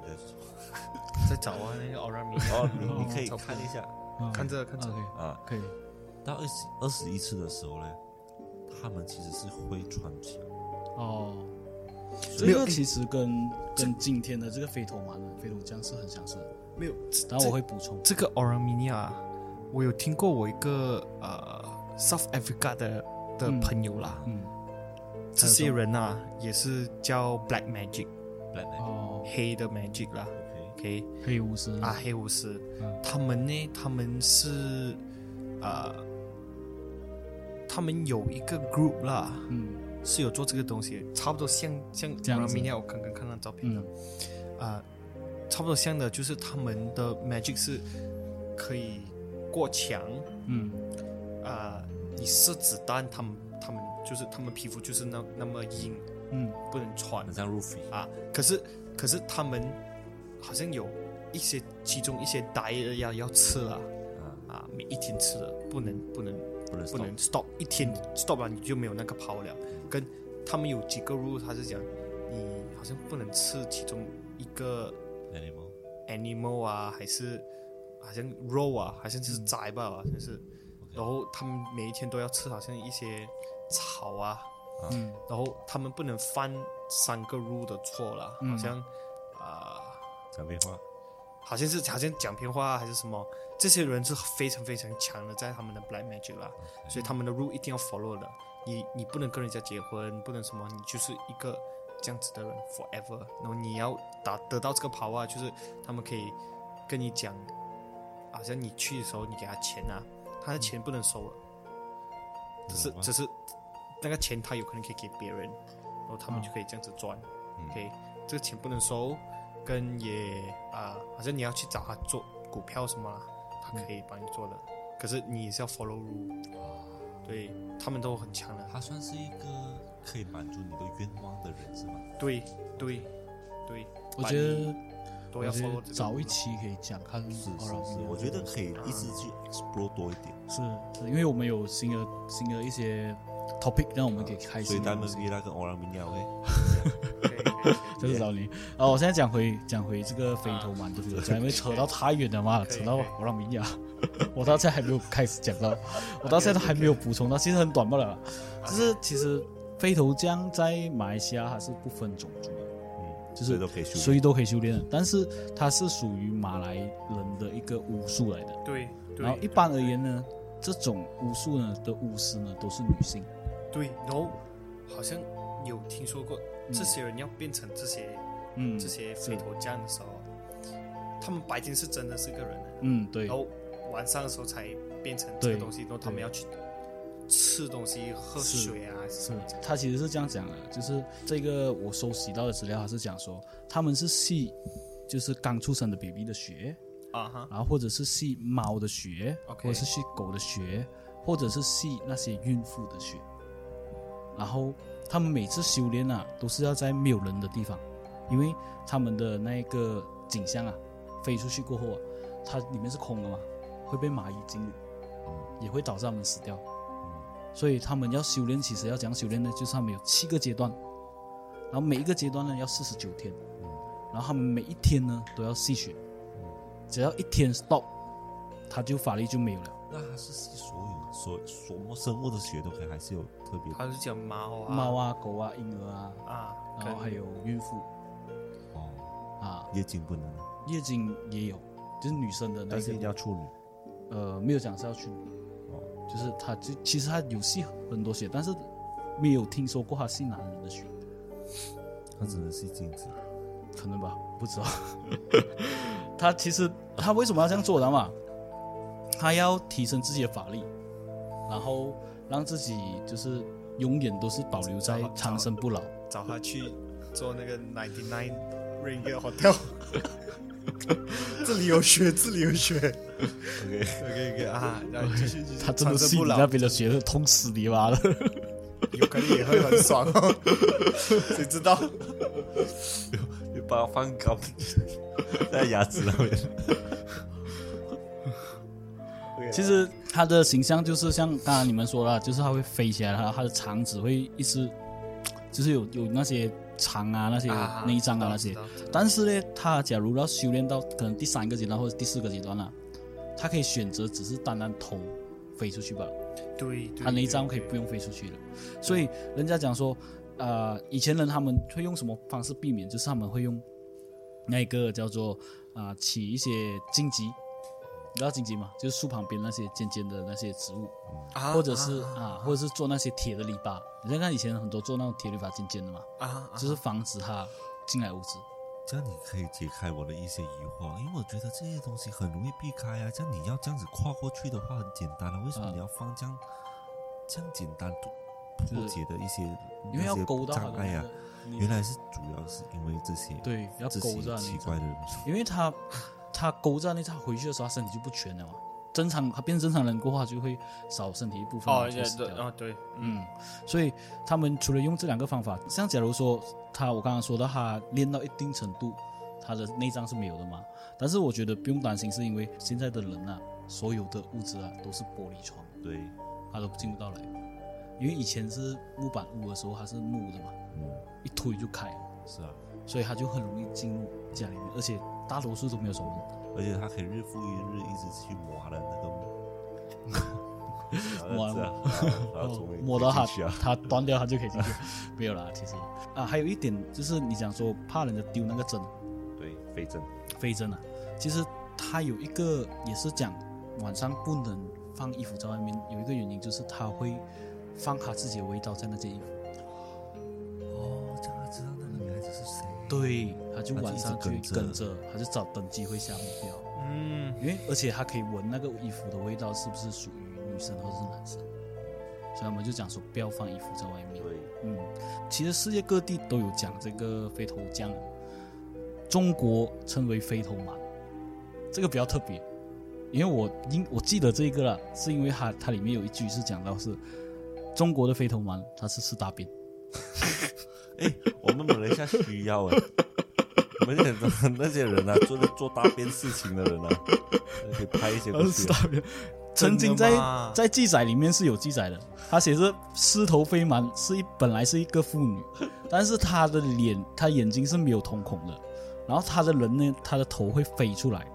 B: 你在说，
G: 在找啊，那个 Aura
A: 嗯
G: 米，
B: 哦，你你可以 看一下
C: 啊
G: 看这个看这个
C: OK，
B: 啊，
C: 可以，
B: 到二十二十一次的时候呢，他们其实是会穿墙，
C: 哦。
B: 所
C: 这
B: 以
C: 个其实跟跟今天的这个飞头蛮飞头僵是很相似的，
G: 没有，
C: 然后我会补充，
A: 这个 o r a m i n i a 我有听过我一个呃 South Africa 的的
C: 嗯
A: 朋友啦，
C: 嗯，
A: 这些人呐、也是叫 Black Magic
B: 来来
C: 哦，
A: 黑的 Magic 啦
B: ，OK，
A: ，OK
C: 黑巫师
A: 啊，，黑巫师，
C: 嗯
A: 他们呢，他们是呃，他们有一个 group 啦，
C: 嗯
A: 是有做这个东西，差不多像像 o
C: 这
A: r
C: 样
A: a
C: 子
A: m i n i a 我刚刚看到照片的
C: 嗯，
A: 啊、差不多像的，就是他们的 Magic 是可以过墙。
C: 嗯
A: 啊、你射子弹，他们他们就是他们皮肤就是那那么硬，
C: 嗯
A: 不能穿
B: 很像 Rufi，
A: 啊。可是可是他们好像有一些其中一些 diet 要要吃了
B: 啊，
A: 啊，每一天吃了，不能
C: 嗯
A: 不能
B: 不能
A: 不
B: stop
A: 能 stop，一天 stop 了你就没有那个 power 了。跟他们有几个 rule，他是讲你好像不能吃其中一个
B: animal，
A: animal 啊，还是好像肉啊，好像是斋吧，好像是。
C: 嗯
A: 然后他们每一天都要吃好像一些草啊，
C: 嗯
A: 然后他们不能犯三个 rule 的错啦，
C: 嗯
A: 好像啊、
B: 讲电话，
A: 好像是好像讲偏话啊还是什么，这些人是非常非常强的在他们的 black magic 啦，所以他们的 rule 一定要 follow 的，你你不能跟人家结婚，不能什么，你就是一个这样子的人 forever，然后你要达得到这个 power，就是他们可以跟你讲，好像你去的时候你给他钱啊，他的钱不能收了，只是
B: 懂吗
A: 只是那个钱他有可能可以给别人，然后他们就可以这样子赚。OK，这
C: 嗯
A: 个钱不能收，跟也啊、好像你要去找他做股票什么啦，他可以帮你做的。可是你也是要 follow rule，对他们都很强的。
B: 他算是一个可以满足你的愿望的人是吗？
A: 对对对，
C: 我觉得
A: 都
C: 我
A: 要
C: 觉
A: follow
C: 得
A: 这个
C: 早一期可以讲看嗯
B: 是是
C: Aura
B: 是，
C: Mini
B: 我觉得可以一直去
C: 嗯
B: explore 多一点，
C: 是是因为我们有新的新的一些 topic 让我们可以开
B: 啊所以
C: 心，
B: 他们约那个 Orang m i n a o
C: 就是找你啊！我现在讲回讲回这个飞头蛮就是讲，因为扯到太远了嘛，扯到我让明雅， 我到现在还没有开始讲到，我到现在都还没有补充到，其实很短罢了。就是其实飞头姜在马来西亚它是不分种族的，
B: 嗯，
C: 就
B: 所
C: 是
B: 以都可以修
C: 所
B: 炼，
C: 以都可以修炼的，但是它是属于马来人的一个巫术来的。
A: 对
C: 然后
A: 对
C: 一般而言呢，这种巫术呢的巫师呢都是女性，
A: 对，然后好像有听说过，这些人要变成这些、
C: 嗯
A: 这些肥头匠的时候，他们白天是真的是个人来的，
C: 嗯对
A: 然后晚上的时候才变成这个
C: 对
A: 东西，然后他们要去吃东西、喝
C: 是
A: 水啊，
C: 是，他其实是这样讲的，就是这个我收集到的资料，他是讲说他们是吸，就是刚出生的 baby 的血，
A: 啊哈，
C: 然后或者是吸猫的血
A: OK
C: 或者是吸狗的血，或者是吸那些孕妇的血。然后他们每次修炼啊，都是要在没有人的地方，因为他们的那个景象啊，飞出去过后啊，它里面是空的嘛，会被蚂蚁进入，也会导致他们死掉。所以他们要修炼，其实要怎样修炼呢？就是他们有七个阶段，然后每一个阶段呢要四十九天，然后他们每一天呢都要吸血，只要一天 stop，他就法力就没有了。
B: 那他是吸所有所所有生物的血都可以，还是有特别
A: 他是讲猫啊
C: 猫啊、狗啊、婴儿啊，
A: 啊，
C: 然后还有孕妇
B: 哦，
C: 啊，
B: 夜经不能，
C: 月经也有，就是女生的那
B: 但是一定
C: 个
B: 要处女，
C: 呃没有讲是要去，
B: 哦，
C: 就是他就其实他有吸很多血，但是没有听说过他吸男人的血，嗯
B: 他只能吸精子，
C: 可能吧，不知道。他其实他为什么要这样做，知道吗？他要提升自己的法力，然后让自己就是永远都是保留在长生不老。
A: 找他去做那个 ninety nine ring hotel。这里有雪，这里有雪。OK OK OK 啊，然后继续继续。
C: 他真的
A: 长
C: 是
A: 生
C: 你
A: 不
C: 那
A: 老，
C: 边的学生痛死你妈了！
A: 有可能也会很爽哦。谁知 道？
B: 你把它放高 在牙齿那边。
A: 啊
C: 其实他的形象就是像刚才你们说了，就是他会飞起来，然后他的肠子会一直，就是有有那些肠啊、那些内脏啊那些。但是呢，他假如要修炼到可能第三个阶段或者第四个阶段了、他可以选择只是单单头飞出去吧，
F: 对，对
C: 他内
F: 对
C: 脏可以不用飞出去了。所以人家讲说，呃，以前人他们会用什么方式避免？就是他们会用那个叫做啊、起一些荆棘，你知道荆棘吗？就是树旁边那些尖尖的那些植物，
F: 啊
C: 或者是啊，或者是做那些铁的篱笆。你像看以前很多做那种铁篱笆尖尖的嘛，
F: 啊啊
C: 就是防止它进来屋子。
B: 这样你可以解开我的一些疑惑，因为我觉得这些东西很容易避开啊。这样你要这样子跨过去的话，很简单了、为什么
C: 啊
B: 你要放这样、这样简单突
C: 就是
B: 破解的一些
C: 因为要
B: 那些
C: 勾到它
B: 障
C: 的
B: 碍
C: 那
B: 啊
C: 个？你
B: 原来是主要是因为这些
C: 对要
B: 这
C: 勾
B: 些
C: 着
B: 奇
C: 你，
B: 怪的人，
C: 因为他他勾着那他回去的时候，他身体就不全了嘛。正常他变正常人过后，他就会少身体一部分
F: 哦，
C: 嘛就死
F: 对
C: 掉了
F: 哦对，嗯，
C: 嗯，所以他们除了用这两个方法，像假如说他，我刚刚说到他练到一定程度，他的内脏是没有的嘛。但是我觉得不用担心，是因为现在的人啊，所有的物质啊都是玻璃窗，
B: 对，
C: 他都进不到来。因为以前是木板屋的时候，它是木的嘛，
B: 嗯，
C: 一推就开了，
B: 是啊，
C: 所以他就很容易进入家里面，而且大多数都没有守门。
B: 而且他可以日复一日一直去磨的那个木，然后
C: 磨
B: 这样然后
C: 哦
B: 啊从里
C: 摸到
B: 进
C: 它
B: 去啊，，
C: 它断掉它就可以进去。 没有啦，其实啊，还有一点就是你讲说怕人家丢那个针，
B: 对，飞针，
C: 飞针啊，其实它有一个也是讲晚上不能放衣服在外面，有一个原因就是它会放它自己的味道在那件衣服，
B: 哦，这样知道那个女孩子是谁，
C: 对，它就
B: 它就
C: 晚
B: 一直
C: 上去
B: 跟着
C: 跟着，它就找等机会下目 标，嗯，因为而且它可以闻那个衣服的味道是不是属于女生或者是男生，所以我们就讲说不要放衣服在外面。
B: 对，
C: 嗯，其实世界各地都有讲这个飞头降，中国称为飞头马，这个比较特别，因为我因我记得这个了，是因为它它里面有一句是讲到是中国的飞头蛮，它是吃大便，
B: 我们马来西亚需要哎、我们那些那些人啊，做做大便事情的人啊，可以拍一些
C: 它
B: 过
C: 嗯是
B: 去啊
C: 吃。大便，曾经在在记载里面是有记载的，他写着狮头飞蛮是一本来是一个妇女， 但是她的脸她眼睛是没有瞳孔的，然后她的人呢，她的头会飞出来，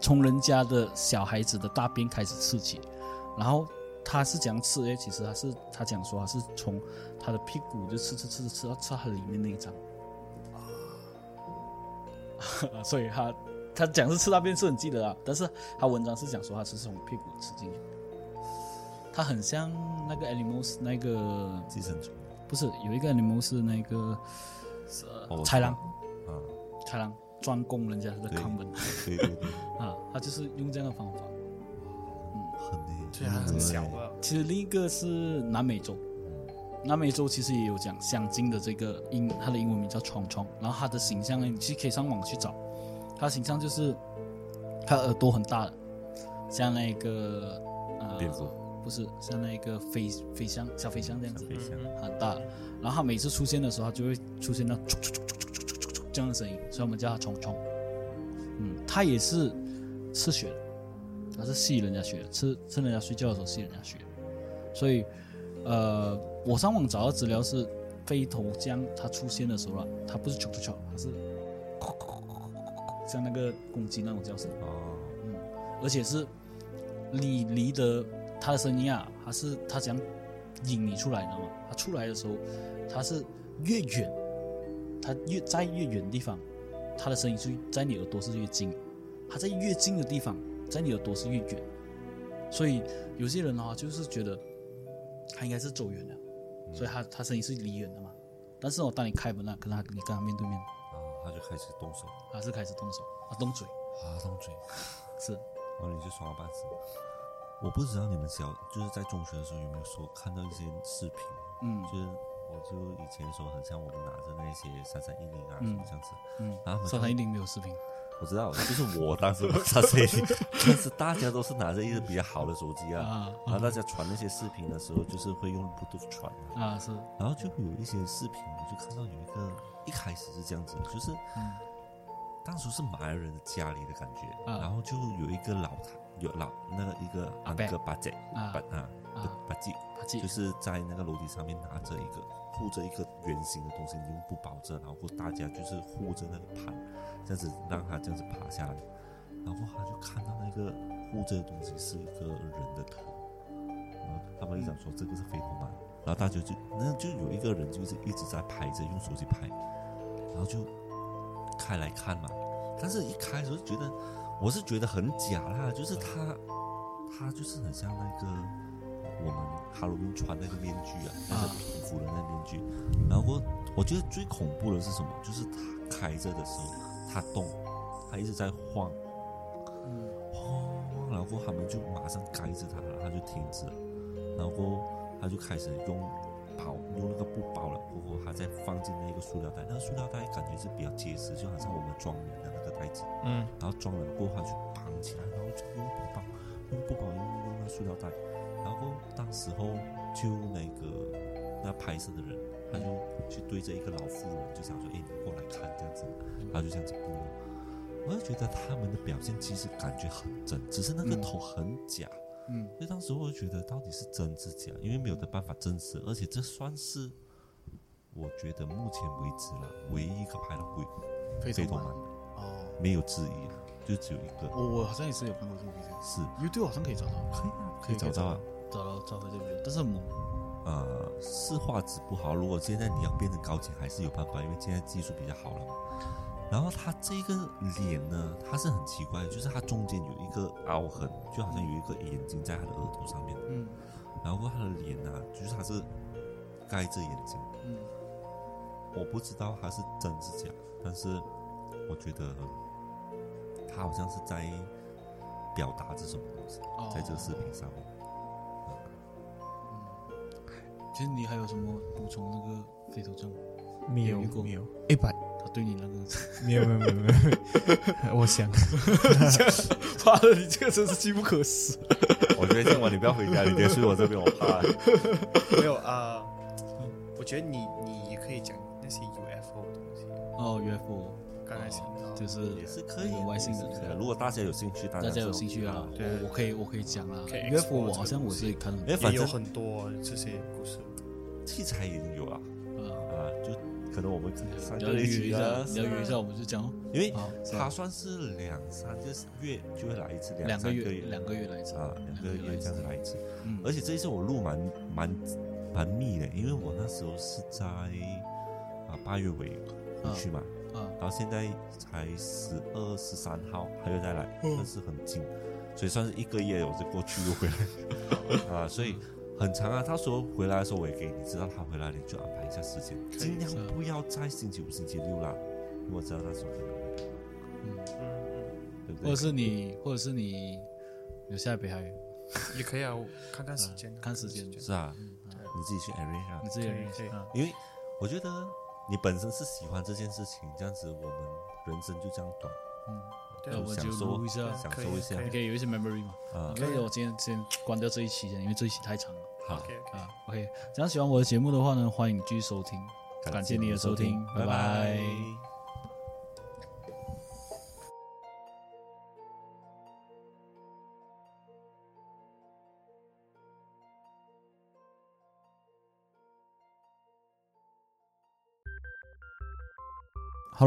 C: 从人家的小孩子的大便开始吃起，然后她是讲吃诶，其实她是她讲说她是从她的屁股就吃吃吃吃吃到吃到她里面那一张， 所以她她讲是吃大便是很记得啊，但是她文章是讲说她是从屁股吃进去。它很像那个 Animals 那个
B: 寄生虫
C: 不是有一个 Animals 是那个
B: 哦我
C: 呃豺
B: 知道
C: 狼，
B: 啊，
C: 豺狼专攻人家的
B: 对
C: 肛门
B: 对对对，
C: 啊，他就是用这样的方法。
B: 很厉害，
F: 对啊，
C: 嗯
F: 很小
B: 啊，
F: 啊，
C: 其实另一个是南美洲，
B: 嗯
C: 南美洲其实也有讲香精的这个英，它的英文名叫虫虫，然后它的形象呢，你其实可以上网去找，它的形象就是它耳朵很大的，像那个呃
B: 蝙蝠
C: 不是像那个飞飞翔小飞翔这样子，
B: 飞翔，
C: 很大，然后它每次出现的时候，它就会出现那啾啾啾啾啾啾啾啾这样的声音，所以我们叫它虫虫。嗯，它也是吃血的，它是吸人家血的，吃吃人家睡觉的时候吸人家血。所以，呃，我上网找到资料是飞头姜它出现的时候啊，它不是啾啾啾，它是像那个公鸡那种叫声。
B: 哦，
C: 而且是你离得他的声音啊，他是他怎样引你出来，你知道吗？他出来的时候，他是越远，他越在越远的地方，他的声音是在你耳朵是越近，他在越近的地方，在你耳朵是越远，所以有些人的话就是觉得哎他应该是走远了，所以他他声音是离远的嘛。但是哦，当你开门了，可能他你跟他面对面，
B: 然后啊他就开始动手，
C: 他是开始动手啊，动嘴
B: 啊，动嘴，
C: 是。
B: 然后你就爽了半死。我不知道你们小就是在中学的时候有没有说看到一些视频，
C: 嗯
B: 就是我就以前说很像我们拿着那些三三一零啊
C: 嗯
B: 什么这样子，
C: 嗯，
B: 然后他
C: 三
B: 们
C: 三一
B: 就
C: 零没有视频，啊
B: 我知道，就是我当 时拿三三一零，但是大家都是拿着一个比较好的手机啊，
C: 啊
B: 然后大家传那些视频的时候就是会用 Bluetooth 传啊，
C: 啊是，
B: 然后就会有一些视频，我就看到有一个一开始是这样子的，就是
C: 嗯
B: 当初是马来人的家里的感觉，
C: 啊
B: 然后就有一个老太有老那个一个
C: 阿
B: 安
C: 伯
B: 哥八姐
C: 啊
B: 八啊
C: 啊
B: 八姐，
C: 阿记
B: 就是在那个楼梯上面拿着一个护着一个圆形的东西，你用布包着，然后大家就是护着那个盘，这样子让他这样子爬下来，然后他就看到那个护着的东西是一个人的头，然后他们就想说这个是飞头马，然后大家就那就有一个人就是一直在拍着用手机拍，然后就开来看嘛，但是一开始就觉得我是觉得很假啦，就是他他就是很像那个我们哈罗宾穿那个面具啊，那个皮肤的那个面具，然后我觉得最恐怖的是什么？就是他开着的时候，他动，他一直在晃，
C: 嗯
B: 晃，然后他们就马上盖着他了，他就停止了，然后他就开始用包用那个布包了，过后他再放进那个塑料袋，那个塑料袋感觉是比较结实，就好像我们装米的那个袋子，
F: 嗯，
B: 然后装了过后他去绑起来，然后就用布包，用布包用用那个塑料袋，然后当时候就那个那拍摄的人，他就去对着一个老妇人，就想说，哎，你过来看这样子，然后就这样子播。我就觉得他们的表现其实感觉很真，只是那个头很假。
C: 嗯
B: 所以当时我就觉得到底是真是假，因为没有的办法证实，而且这算是我觉得目前为止了唯一一个拍到鬼
C: 非
B: 飞
C: 洲
B: 头
C: 版
B: 蛮，
C: 哦，
B: 没有之一了，就只有一个
C: 我我好像也是有看过这个影片
B: 是
C: ，YouTube 好像可以找到，
B: 可以啊，可以找到啊。
C: 找到找回这个人，但是我
B: 呃，是画质不好。如果现在你要变成高清，还是有办法，因为现在技术比较好了嘛。然后他这个脸呢，它是很奇怪的，就是它中间有一个凹痕，就好像有一个眼睛在他的额头上面。
C: 嗯
B: 然后他的脸呢、就是他是盖着眼睛，
C: 嗯
B: 我不知道他是真是假，但是我觉得他好像是在表达着什么东西，
C: 哦，
B: 在这个视频上面。
C: 其实你还有什么补充那个非洲症？
A: 没有
C: 有遇过
A: 没有一百
C: 他对你那个
A: 没有没有没有没有， 我想，
C: 妈的，你这个真是机不可失。
B: 我觉得今晚你不要回家，你别睡我这边，我怕。
F: 没有啊、我觉得你你也可以讲那些 UFO 的东西，
C: 哦，UFO
F: 刚才想到，
C: 哦就是
B: 也是可以，
C: 外星人
B: 也是可以的。如果大家有兴趣，大
C: 大
B: 家
C: 家有兴趣啊，
F: 对
C: 我我可以我可以讲啊
F: 可以
C: UFO 我
F: explore
C: 好像我自己看
B: 哎，
F: 也
B: 反
F: 有
B: 正
F: 很多这些故事。
B: 器材已经有了
C: 啊，
B: 啊，就可能我们三
C: 你要
B: 个一
C: 约
B: 起
C: 一下
B: 啊，，哎
C: 你要约一下我们就讲哦，
B: 因为
C: 好，
B: 他算是两三个月就会来一次，
C: 两
B: 三
C: 个
B: 月
C: 月两个月来一次
B: 啊，两个
C: 来
B: 月
C: 一
B: 这样
C: 次
B: 子，来一次。
C: 嗯
B: 而且这一次我录蛮蛮蛮密的，因为我那时候是在啊八月尾回去嘛，
C: 啊
B: 然后现在才十二十三号，还有再来，
C: 嗯
B: 但是很近，所以算是一个月我就过去又回来 啊，所以很长啊。他说回来的时候我也给你知道，他回来你就安排一下时间，尽量
C: 是啊
B: 不要在星期五、星期六啦。因为我知道那时候可能会
C: 嗯，
B: 对不哎
C: 或者
B: 对？
C: 是你或者是你留下来北海
F: 也可以啊，我看看时间、
C: 看时间
B: 是啊，
C: 嗯
B: 你自己去 arrange 啊
C: 你。自己
F: 可以可以
C: 啊
B: 因为我觉得你本身是喜欢这件事情，这样子我们人生就这样短，
C: 嗯，
F: 对
C: 那我们
B: 享
C: 就
B: 受
C: 啊录一下，
B: 享
F: 可
B: 受
F: 以
B: 一下
F: 可
C: 你可以有一些 memory 嘛。
B: 啊
C: 啊，没有，我今天先关掉这一期先，因为这一期太长了。
B: 好，
F: OK OK，
C: 啊，OK，只要喜欢我的节目的话呢，欢迎继续收听。感谢你的收听
B: 拜拜
C: 拜拜。好